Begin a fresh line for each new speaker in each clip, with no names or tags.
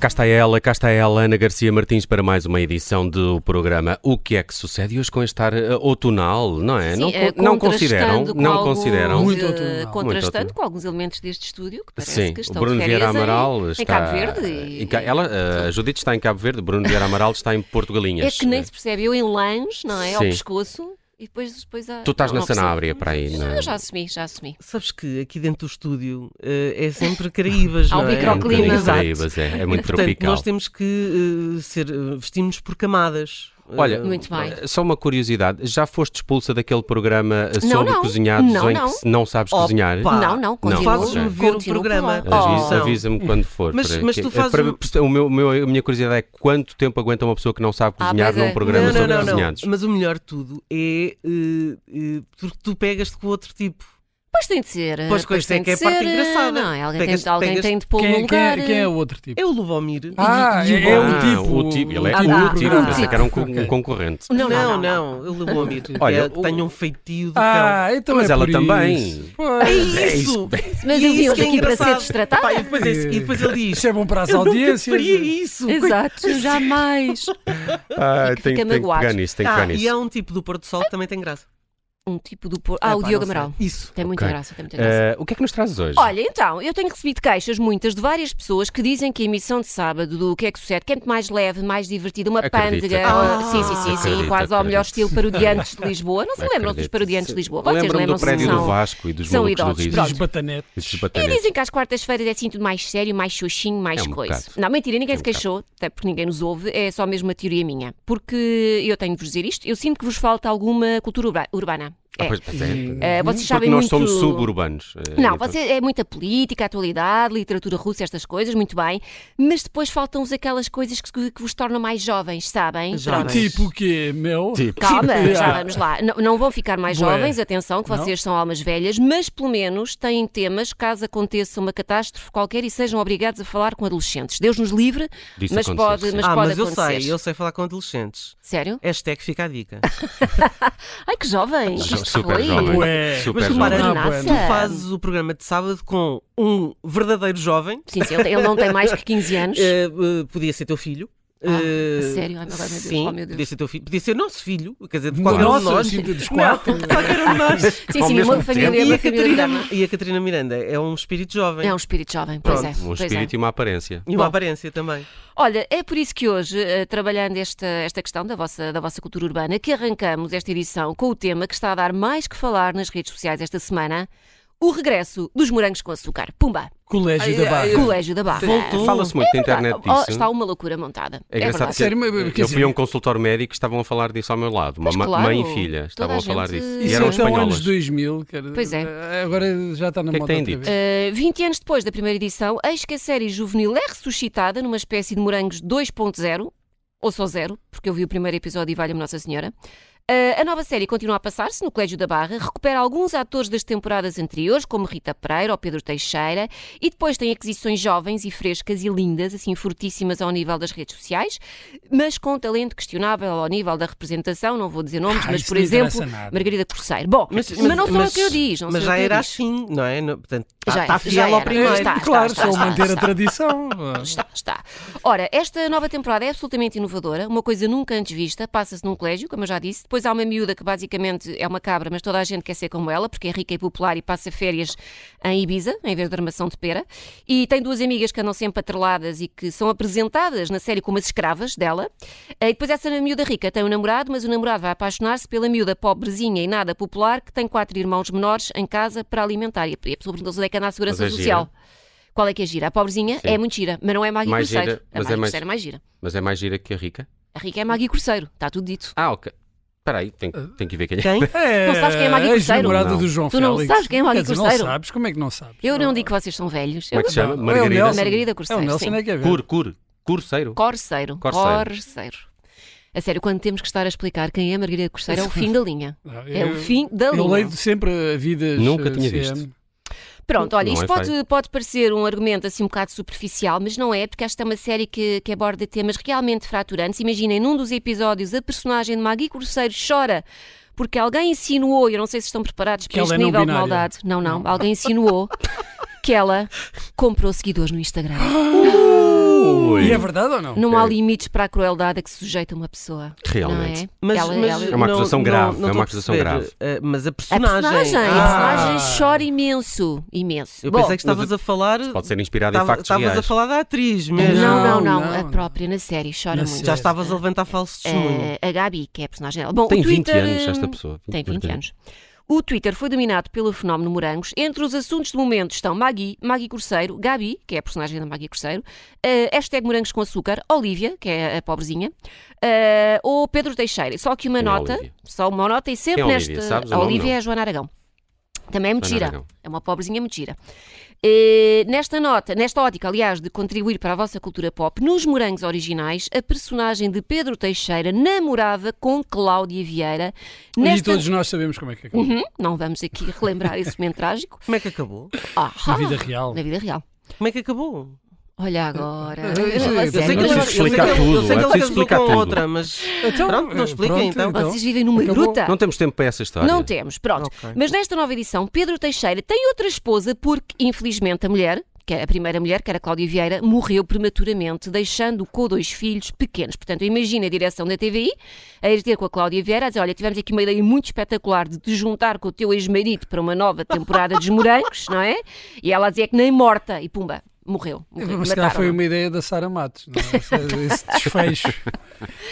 Cá está ela, cá está ela, Ana Garcia Martins, para mais uma edição do programa O que é que sucede hoje com este ar eh, outonal, não é?
Sim,
não,
eh,
con- não
contrastando
consideram,
com
não
alguns,
consideram.
eh,
Muito outonal.
contrastando
Muito
com alguns elementos deste estúdio que parece
Sim,
que
o
estão
Bruno
de
Vieira
férias
Amaral
em,
está.
em Cabo Verde. e-
em Ca- ela, eh, a Judite está em Cabo Verde, Bruno Vieira Amaral está em
é
Portugalinhas.
que nem se percebe. Eu em lãs, não é? Ao
Sim.
pescoço e depois, depois há,
Tu estás
há uma
na
opção.
Sanábria para aí, não
Não,
é?
eu já assumi, já assumi.
Sabes que aqui dentro do estúdio eh, é sempre Caraíbas,
Há um
não é?
É um bocadinho
Microclima.
Exato.
Caraíbas, é, é muito
Portanto,
tropical.
nós temos que eh, ser, eh, vestir-nos por camadas.
Olha,
Eh,
Muito bem.
Só uma curiosidade, já foste expulsa daquele programa eh,
Não,
sobre
não.
cozinhados
Não,
em
não.
que se não sabes
Opa.
cozinhar?
Pá,
não, não, continuo.
fazes-me
ver o
continuo
programa.
por lá.
Avi-
Oh.
Avisa-me quando for.
Mas-
para
mas
que-
tu fazes
para-
um-
perce- o meu, meu- a minha curiosidade é quanto tempo aguenta uma pessoa que não sabe
Ah,
cozinhar
pois é.
num programa
não, não,
sobre
não, não.
cozinhados?
Mas o melhor de tudo é eh, eh, porque tu pegas-te com outro tipo.
Pois tem de ser.
Pois, pois,
tem
é que é a parte
ser,
engraçada.
Não, é? alguém,
Pegas-
tem, alguém
pegas-
tem de eh, pôr
Quem,
no
é- quem é-
lugar.
quem é o outro tipo?
É o Lubomir.
Ah,
E- e o
é- é
Bono.
o tipo.
o tipo, ele é
Ah,
o
tá.
tipo,
Ah,
pensei
tá.
que era um, co-
Ok.
um concorrente.
Não, não,
Não,
não.
não, o Lubomir. que
Olha,
é-
o-
tem um feitio do
Ah, então
Mas
é
ela
por
também.
isso.
cão. É
Pois.
isso!
Mas
E
eu vim
isso que é
aqui para ser
engraçado.
destratada.
Pá, e, depois é assim- e depois ele diz:
Isso é bom para as
Eu nunca
audiências.
faria isso!
Exato, jamais.
Ah, tem,
Fica- fica
tem que
magoado. Tá, é
pegar nisso, tem que
Ah,
pegar
e
nisso.
há um tipo do pôr do sol que também tem graça.
Um tipo do. por- Ah, o
Epá,
Diogo
não
Amaral.
sei. Isso.
Tem muita
Ok.
graça, tem muita graça.
Eh, o que é que nos trazes hoje?
Olha, então, eu tenho recebido queixas muitas de várias pessoas que dizem que a emissão de sábado do Que é que sucede que é muito mais leve, mais divertida, uma
Acredito,
pândega.
acredito.
uma- Sim, sim, sim, sim,
Ah, Acredito,
quase ao
acredito.
melhor estilo parodiantes de Lisboa. Não se
Acredito.
lembram dos parodiantes de Lisboa. Vocês
Lembram do
lembram-se
prédio
são...
do Vasco e dos
são
malucos do
idosos.
Riso?
Pronto.
Esbatanete.
Esses
E
batanetes.
dizem que às quartas-feiras é assim tudo mais sério, mais xoxinho, mais
É um
coisa.
bocado.
Não, mentira, ninguém
É um
se queixou, até porque ninguém nos ouve, é só mesmo uma teoria minha. Porque eu tenho de vos dizer isto, eu sinto que vos falta alguma cultura urba- urbana.
Ah,
É.
pois, pois é.
Eh, vocês
Porque
sabem
nós
muito...
somos suburbanos. eh,
Não,
e
você é muita política, atualidade, literatura russa, estas coisas, muito bem. Mas depois faltam-vos aquelas coisas que, que vos tornam mais jovens, sabem?
Já.
Pronto.
Tipo o quê, meu?
Tipo.
Calma, já
Yeah.
vamos lá. Não, não vão ficar mais
Bué.
jovens, atenção, que
Não?
vocês são almas velhas, mas pelo menos têm temas caso aconteça uma catástrofe qualquer e sejam obrigados a falar com adolescentes. Deus nos livre,
Disso
mas
acontecer,
pode,
sim.
mas
ah,
pode
mas eu
acontecer.
sei, eu sei falar com adolescentes.
Sério?
Hashtag fica a dica.
Ai, que jovem!
Jo-
Isto
super
foi.
jovem.
Ué.
Super
Mas
jovem.
repara,
jovem.
Ah,
Ah,
bueno.
tu fazes o programa de sábado com um verdadeiro jovem,
Sim, sim, ele, tem- ele não tem mais que 15 anos.
eh, eh, podia ser teu filho.
Ah,
eh,
a sério? Ai, meu Deus,
sim,
oh, meu Deus.
podia ser teu filho, podia ser nosso filho, quer dizer, de qualquer um de
Nossa,
nós.
assim, dos
Não,
quatro.
de qualquer um de nós.
Sim,
Ao
sim,
mesmo
uma família,
tempo.
E
uma
a,
família.
Catarina,
grande.
e a Catarina Miranda é um espírito jovem
É um espírito jovem, pois
Pronto,
é.
Um
pois
espírito
é.
e uma aparência.
e uma
Bom.
aparência também.
Olha, é por isso que hoje, eh, trabalhando esta, esta questão da vossa, da vossa cultura urbana, que arrancamos esta edição com o tema que está a dar mais que falar nas redes sociais esta semana: o regresso dos morangos com açúcar. Pumba!
Colégio da Barra.
Colégio da Barra.
Voltou.
Fala-se muito na internet
Oh,
disso.
está uma loucura montada.
É engraçado
verdade.
que
Sério, mas-
eu-
quer
eu fui a um
dizer-
consultório médico e estavam a falar disso ao meu lado. Uma
Pois
ma-
claro,
mãe e filha estavam a,
toda a
falar
gente-
disso. E
Isso
Isso
eram
é tão
espanholas.
anos 2000. Cara.
Pois é.
Agora já está na
que é que
moda
têm
outra
dito?
vez.
Eh, 20 anos depois da primeira edição, eis que a série juvenil é ressuscitada numa espécie de morangos 2.0, ou só zero, porque eu vi o primeiro episódio e valha-me Nossa Senhora. Eh, a nova série continua a passar-se no Colégio da Barra, recupera alguns atores das temporadas anteriores, como Rita Pereira ou Pedro Teixeira, e depois tem aquisições jovens e frescas e lindas, assim fortíssimas ao nível das redes sociais, mas com talento questionável ao nível da representação, não vou dizer nomes,
Ah,
mas
isso
por
não
exemplo,
interessa nada.
Margarida Corseiro. Bom, mas, não sou eu que eu diz, não
Mas
sou eu
já
que eu
era
diz.
assim, não é? Não, portanto,
Já
está
era, já
fiel ao
era.
primeiro.
Está, está,
claro,
está,
só
está,
manter
está.
a tradição.
Está, está. Ora, esta nova temporada é absolutamente inovadora, uma coisa nunca antes vista. Passa-se num colégio, como eu já disse. Depois há uma miúda que basicamente é uma cabra, mas toda a gente quer ser como ela, porque é rica e popular e passa férias em Ibiza, em vez de armação de pera. E tem duas amigas que andam sempre atreladas e que são apresentadas na série como as escravas dela. Eh, E depois essa miúda rica tem um namorado, mas o namorado vai apaixonar-se pela miúda pobrezinha e nada popular que tem quatro irmãos menores em casa para alimentar. E a pessoa pergunta-se onde é que anda a segurança
Mas é gira.
social. Qual é que é gira? A pobrezinha
Sim.
é muito gira, mas não é Maggie
Mais
Cruzeiro.
gira,
a
mas
Maggie
é mais-
Cruzeiro é mais gira.
Mas é mais gira que a rica?
A rica é Maggie Cruzeiro, está tudo dito.
Ah, ok. Espera aí, tem, tem que ver quem é.
Quem?
É,
Não sabes quem é Magui Cruzeiro?
namorada
Não.
do João
Tu não
Félix.
sabes quem é Magui
Quer dizer,
Cruzeiro?
Não sabes? Como é que não sabes?
Eu não digo que vocês são velhos.
Ah. Como é
Eu
que se chama?
Não,
Margarida.
É o Nelson.
Margarida
É o
Cruzeiro,
Nelson,
sim.
é que é
Cur, cur, curseiro.
Corseiro.
Corseiro.
Corseiro. A sério, quando temos que estar a explicar quem é Margarida Corseiro, é o fim da linha.
Não,
É
eu-
o fim da
Eu
linha.
leio sempre eh, a vida.
Nunca tinha visto.
Pronto, olha,
Não
isto
é
pode,
feio.
pode parecer um argumento assim um bocado superficial, mas não é, porque esta é uma série que, que aborda temas realmente fraturantes. Imaginem, num dos episódios, a personagem de Magui Cruzeiro chora porque alguém insinuou, e eu não sei se estão preparados
Que
para
ela
este
é não
nível de
binária.
maldade. Não,
Ah,
não, alguém insinuou que ela comprou seguidores no Instagram.
Ui.
E é verdade ou não?
Não há limites para a crueldade a que se sujeita uma pessoa.
Realmente.
Não é? Ela- ela-
É uma acusação grave, é
estou
uma
a
acusação
perceber,
grave.
eh, mas a
A
personagem.
personagem, a
Ah,
personagem chora imenso, imenso.
Eu
Bom,
pensei que estavas a falar.
Pode ser inspirada em
Estava-
factos
Estavas
reais.
a falar da atriz mesmo.
não, não,
Não,
não,
não,
a
não.
própria na série chora
Na
muito.
série.
Já estavas a levantar falso testemunho.
Eh, a Gabi, que é a personagem dela. Bom,
Tem
o
20
Twitter,
anos
hum,
esta pessoa.
Tem 20 anos. O Twitter foi dominado pelo fenómeno morangos. Entre os assuntos do momento estão Magui, Magui Corseiro, Gabi, que é a personagem da Magui Corseiro, eh, hashtag morangos com açúcar, Olivia, que é a pobrezinha, eh, ou Pedro Teixeira. Só que uma
Quem é a
nota,
Olivia?
só uma nota e sempre
Quem é a
neste.
Olivia? Sabes o
a
nome,
Olivia
não?
é a Joana Aragão. Também é muito
Joana
gira.
Aragão.
É uma pobrezinha muito gira. Eh, nesta nota, nesta ótica, aliás, de contribuir para a vossa cultura pop, nos Morangos Originais, a personagem de Pedro Teixeira namorava com Cláudia Vieira.
E
Nesta...
todos nós sabemos como é que acabou.
Hum, Não vamos aqui relembrar esse momento trágico.
Como é que acabou?
Ah,
Na vida real.
Na vida real.
Como é que acabou?
Olha agora.
Eh, eh, eh,
A
eu
Eu sei
sério,
que
não
ele-
é
eu
preciso
sei que
explicar
ele- eu
tudo,
sei
é
que ele
preciso
casou
explicar
com
tudo.
outra, mas.
Então,
Pronto, não
eh,
expliquem,
pronto,
então.
Vocês vivem numa
Acabou.
gruta?
Não temos tempo para essa história.
Não temos, pronto.
Ok.
Mas nesta nova edição, Pedro Teixeira tem outra esposa porque, infelizmente, a mulher, que é a primeira mulher, que era Cláudia Vieira, morreu prematuramente, deixando com dois filhos pequenos. Portanto, imagina a direção da TVI a ir ter com a Cláudia Vieira a dizer: Olha, tivemos aqui uma ideia muito espetacular de te juntar com o teu ex-marido para uma nova temporada dos morangos, não é? E ela dizia que nem morta, e pumba, morreu. morreu
Mas se calhar foi
mataram-na.
uma ideia da Sara Matos, não é? Esse- esse desfecho.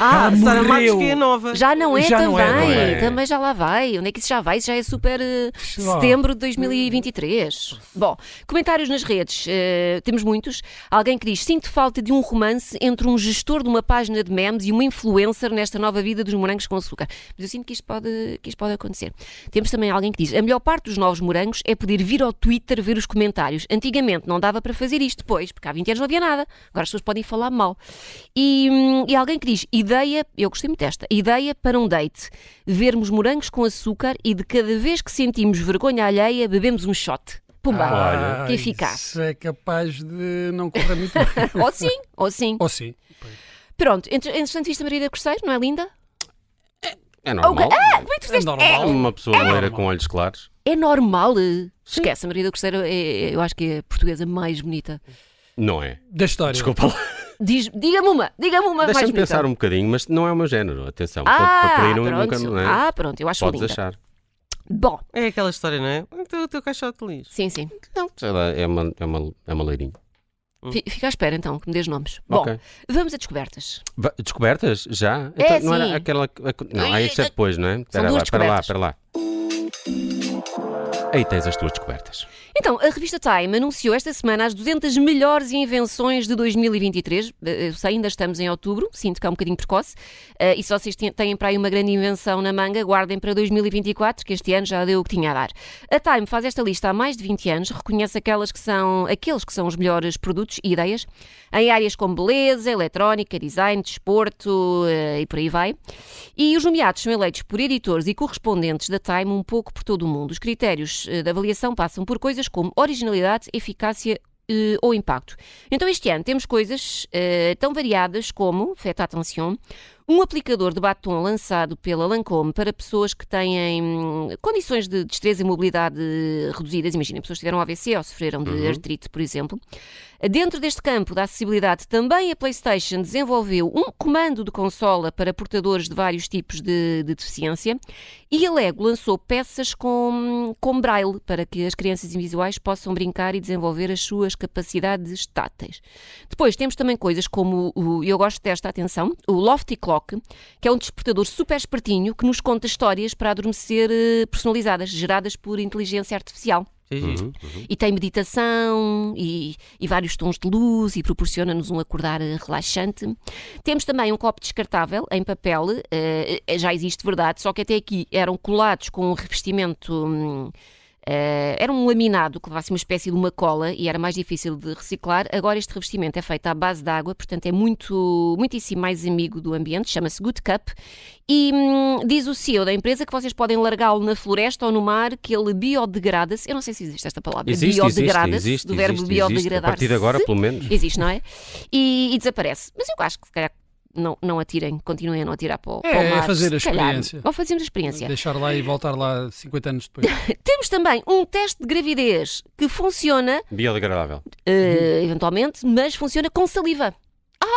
Ah,
Ela
Sara Matos
morreu.
que é nova.
Já não é
Já
também,
não é,
não é.
também já lá vai. Onde é que isso já vai? Isso já é super eh,
lá.
setembro de 2023. Bom, comentários nas redes, eh, temos muitos. Alguém que diz: sinto falta de um romance entre um gestor de uma página de memes e uma influencer nesta nova vida dos morangos com açúcar. Mas eu sinto que isto pode, que isto pode acontecer. Temos também alguém que diz: a melhor parte dos novos morangos é poder vir ao Twitter ver os comentários. Antigamente não dava para fazer isto, pois, porque há 20 anos não havia nada. Agora as pessoas podem falar mal. E, hum, e alguém que diz: ideia, eu gostei muito desta, ideia para um date. Vermos morangos com açúcar e de cada vez que sentimos vergonha alheia, bebemos um shot. Pumba,
Ah,
que eficaz.
Isso é capaz de não correr muito bem.
Ou sim, ou sim.
Ou sim.
Pronto, entre- entretanto, viste a Maria da Cruzeiro, não é linda?
É normal.
Como é que tu
É
fizeste?
normal.
Uma pessoa loira
normal.
com olhos claros.
É normal. Esquece, a Maria da Cruzeiro é, é- eu acho que é a portuguesa mais bonita.
Não é.
Da história.
Desculpa lá.
Diz- Diga-me uma, diga-me uma Ah, mais
Deixa-me
bonita.
pensar um bocadinho, mas não é o meu género. Atenção.
Ah,
Pode-
pronto.
para aí não, nunca, não é?
Ah, pronto, eu acho
Podes
linda.
achar.
Bom,
É aquela história, não é? Então, o teu caixote de lixo.
sim, sim.
Sei lá, é uma, é uma, é uma loirinha.
Fi- Fica à espera então, que me dês nomes. Bom,
Hum. Ok.
vamos a descobertas.
Va- Descobertas? Já? Então,
É,
não
sim.
era aquela. que- a- Não, aí é que é depois, não é? Espera
duas
lá, espera lá,
descobertas.
espera lá. Aí tens as tuas descobertas.
Então, a revista Time anunciou esta semana as 200 melhores invenções de 2023. Eh, Eu sei, ainda estamos em outubro, sinto que é um bocadinho precoce. Eh, E se vocês te- têm para aí uma grande invenção na manga, guardem para 2024, que este ano já deu o que tinha a dar. A Time faz esta lista há mais de 20 anos, reconhece aquelas que são, aqueles que são os melhores produtos e ideias em áreas como beleza, eletrónica, design, desporto eh, e por aí vai. E os nomeados são eleitos por editores e correspondentes da Time um pouco por todo o mundo. Os critérios eh, de avaliação passam por coisas como originalidade, eficácia eh, ou impacto. Então, este ano temos coisas eh, tão variadas como, feta atenção, um aplicador de batom lançado pela Lancôme para pessoas que têm hum, condições de destreza e mobilidade eh, reduzidas. Imagina, pessoas que tiveram AVC ou sofreram de artrite, por exemplo. Dentro deste campo da acessibilidade, também a PlayStation desenvolveu um comando de consola para portadores de vários tipos de, de deficiência e a Lego lançou peças com, com braille para que as crianças invisuais possam brincar e desenvolver as suas capacidades táteis. Depois temos também coisas como, o, e eu gosto desta atenção, o Lofty Clock, que é um despertador super espertinho que nos conta histórias para adormecer eh, personalizadas, geradas por inteligência artificial.
Uhum.
E tem meditação e, e vários tons de luz e proporciona-nos um acordar eh, relaxante. Temos também um copo descartável em papel, eh, eh, já existe verdade, só que até aqui eram colados com um revestimento. hum, eh, era um laminado que levasse uma espécie de uma cola e era mais difícil de reciclar. Agora este revestimento é feito à base de água, portanto é muito, muitíssimo mais amigo do ambiente, chama-se Good Cup. E hum, diz o CEO da empresa que vocês podem largá-lo na floresta ou no mar, que ele biodegrada-se. Eu não sei se existe esta palavra.
Existe, existe,
biodegrada-se,
existe,
do verbo
existe, existe. A
biodegradar-se.
partir de agora, pelo menos.
Existe, não é? E, e desaparece. Mas eu acho que se calhar não, não atirem, continuem a não atirar para o,
É,
para o mar.
é fazer a
se calhar.
experiência.
Ou fazemos a experiência.
Deixar lá e voltar lá 50 anos depois.
Temos também um teste de gravidez que funciona,
Biodegradável. Uhum.
eh, eventualmente, mas funciona com saliva.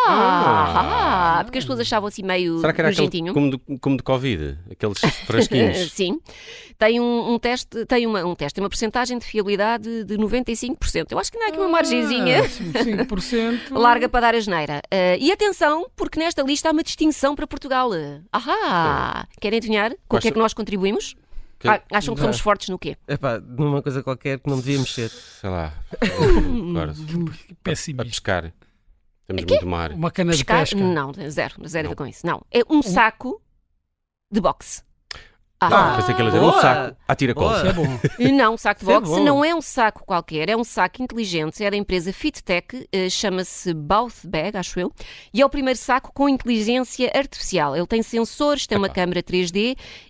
Ah, porque as pessoas achavam assim meio
Será que era aquele
nojentinho.
como de, como de Covid? Aqueles fresquinhos?
Ah, Sim, tem um, um teste, tem uma, um teste, tem uma porcentagem de fiabilidade de 95%. Eu acho que não é aqui uma margenzinha
Hum.
Ah, 5%.
larga para dar a geneira. Ah, e atenção, porque nesta lista há uma distinção para Portugal. Ahá! Querem adivinhar com o que é
Quais
que nós contribuimos?
Que- é-
Ah, acham que somos
Não.
fortes no quê?
Epá, numa coisa qualquer que não devíamos ser.
Sei lá. Agora, a
Pessimista.
pescar. Temos muito mar.
Uma cana
Pescar?
de pesca.
Não, zero, zero a
Não.
ver com isso. Não, é um saco de boxe.
Ah,
Ahá!
pensei que ele era um
boa.
saco. Atira
Boa.
cola.
Isso é bom.
Não, um saco de
Isso é
boxe
bom.
não é um saco qualquer, é um saco inteligente, é da empresa FitTech, eh, chama-se Bouthbag, acho eu, e é o primeiro saco com inteligência artificial. Ele tem sensores, tem uma
Epá.
câmara 3D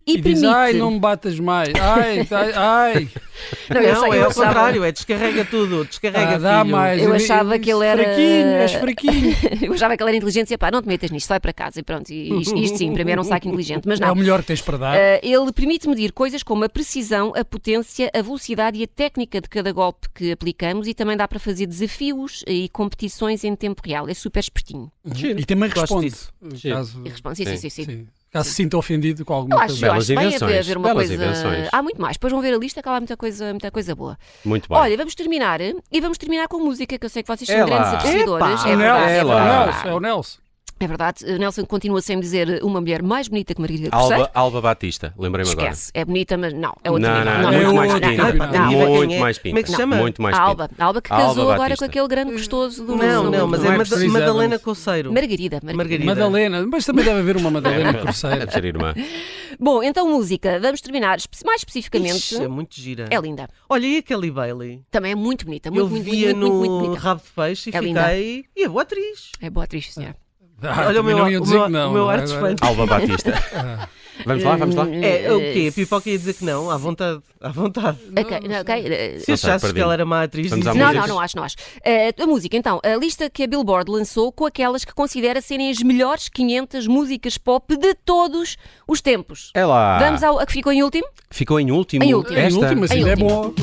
e,
E
permite.
diz, ai, não me batas mais. Ai, ai, ai.
Não, eu sei, eu
é ao
gostava.
contrário, é descarrega tudo, descarrega
Ah, dá
filho.
mais.
Eu achava que ele era-
Fraquinho, és fraquinho.
Eu achava que ele era inteligente, e, pá, não te metas nisto, sai para casa e pronto. E isto, isto sim, para mim era um saco inteligente, mas
É o
não.
melhor que tens para dar.
Eh, ele permite medir coisas como a precisão, a potência, a velocidade e a técnica de cada golpe que aplicamos e também dá para fazer desafios e competições em tempo real. É super espertinho.
Giro.
Hum. E também
Gosto
responde.
disso.
Giro.
Caso,
E responde, sim,
Uhum. Sim,
sim, sim. sim.
sim. caso se sinta ofendido com alguma
Eu
coisa.
acho, eu
Belas
acho bem haver,
invenções,
haver uma
belas
coisa.
invenções.
Há muito mais. Depois vão ver a lista, que há lá muita coisa, muita coisa boa.
Muito bem.
Olha, vamos terminar eh, e vamos terminar com música, que eu sei que vocês são
Ela.
grandes apreciadores.
Epá.
É verdade, é
Ela.
verdade.
É o Nelson.
É verdade, o Nelson continua sem me dizer uma mulher mais bonita que Margarida Cruzeiro.
Alba, Alba Batista, lembrei-me agora.
Esquece, é bonita, mas não, é outro
Não,
nível.
não,
é
não,
muito
não,
mais
não,
bonita.
não,
Não,
não.
Diva quem
Muito
é?
mais
Como é
pinta.
que se chama?
Muito mais
A
pinta.
Alba, a Alba que
Alba
casou agora
Batista.
com aquele grande gostoso do
Não, não, mas
Não
é
é
Mad-
preciso,
Madalena
Evans.
Coceiro.
Margarida, Margarida.
Margarida.
Madalena. Mas também deve haver uma Madalena
Deve
Cruzeiro.
ser irmã.
Bom, então música, vamos terminar espe- mais
Ixi,
especificamente.
é muito gira.
É linda.
Olha, e a Kelly Bailey?
Também é muito bonita,
eu
muito, muito,
via
muito,
no
muito, muito bonita.
Rabo de Peixe e
É linda.
fiquei. E é boa atriz.
É boa atriz, senhora.
Ah,
Olha o
também
meu,
não iam
o
dizer
meu,
que não,
o meu
não é?
arte
Agora-
espante.
Alba Batista. Vamos lá, vamos lá.
Hum.
É, é o quê? A pipoca ia dizer que não, à vontade. À vontade.
Ok, não, ok, eh,
Se
Não sei, é
achasses que
perdi-me.
ela era má atriz,
Vamos à
dizias-
Não,
música.
não, não acho, não acho. Eh, a música, então, a lista que a Billboard lançou com aquelas que considera serem as melhores 500 músicas pop de todos os tempos.
É lá.
Vamos ao a que ficou em último?
Ficou em último.
Em último.
Em
Esta?
última,
Em
sim, é
última.
bom.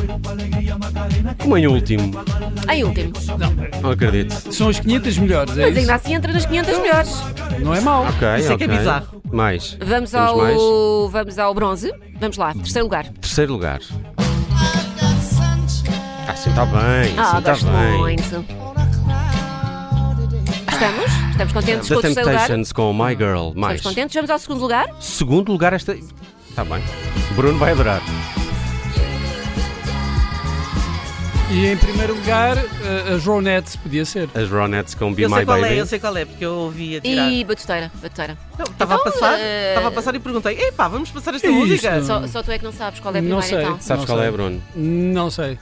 Como em último?
Em último.
Não acredito.
São as 500 melhores, é
Mas
isso?
ainda assim entra nas 500 melhores.
Não é mau.
Ok,
Isso é que é
ok.
bizarro.
Mais.
Vamos
Temos
ao,
mais.
vamos ao bronze. Vamos lá, terceiro lugar.
Terceiro lugar. Ah, sim, está bem.
Ah,
sim,
gosto
está bem.
muito. Estamos? Estamos contentes com
The
o terceiro lugar?
Temptations com My Girl. Mais.
Estamos contentes? Vamos ao segundo lugar?
Segundo lugar, esta. Está bem. Bruno vai adorar.
E em primeiro lugar, eh, a- as Ronettes podia ser.
As Ronettes com Be
Eu
My
sei qual é, eu
Baby.
sei qual é, porque eu ouvi a tirar.
E batuteira, batuteira.
Não, Estava a passar,
eh,
estava a passar e perguntei: epá, vamos passar esta
Isto.
música?
Só, só tu é que não sabes qual é a
Não
primeira
sei.
então.
Sabes
Não
qual é,
sei.
Bruno?
Não sei.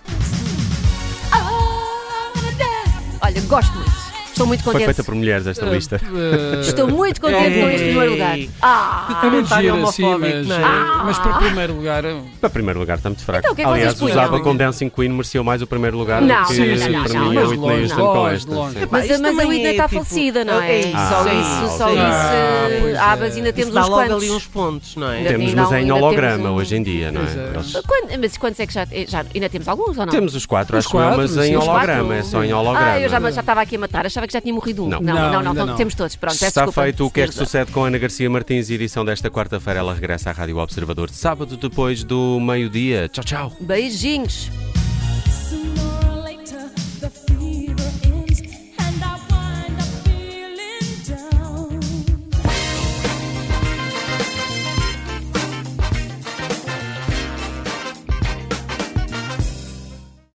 Olha, gosto muito. Estou muito
Foi
contente.
feita por mulheres esta lista.
Eh,
Estou muito contente com este
Ei.
um primeiro lugar. Ah!
É muito
Comentário
giro, sim,
um homofóbico,
mas,
não é?
mas para primeiro lugar. é
Para primeiro lugar está muito fraco.
Então, o que é que
Aliás,
vocês punham?
usava com Dancing Queen, mereceu mais o primeiro lugar.
Não,
do que,
não, não,
para
não,
mim,
não,
a
não.
Whitney
Longe,
Houston com
longe,
esta.
longe.
sim.
Epá,
Mas, mas
isto
a
também
Whitney
é
está
tipo-
falecida, não é?
É isso,
só
é
isso,
isso.
só
Ah,
isso.
pois
ah,
é.
mas ainda
Isso
temos
dá
uns
logo
quantos.
ali uns pontos, não é?
Ainda
Temos,
tem-
mas
não,
em
ainda
holograma
temos um-
hoje em dia, não é?
Pois é.
Eles-
Quando- mas quantos é que já, já- Ainda temos alguns ou não?
Temos os quatro,
Os
acho que não, mas
quatro,
em
sim, os
holograma,
quatro.
é só em holograma.
Ah, eu já já estava aqui a matar, achava que já tinha morrido um.
Não.
não,
Não,
não,
ainda
então
não.
temos todos. Pronto, peço
Está
desculpa,
feito o que é que
senhores.
sucede com Ana Garcia Martins, edição desta quarta-feira. Ela regressa à Rádio Observador sábado depois do meio-dia. Tchau, tchau.
Beijinhos.
Some more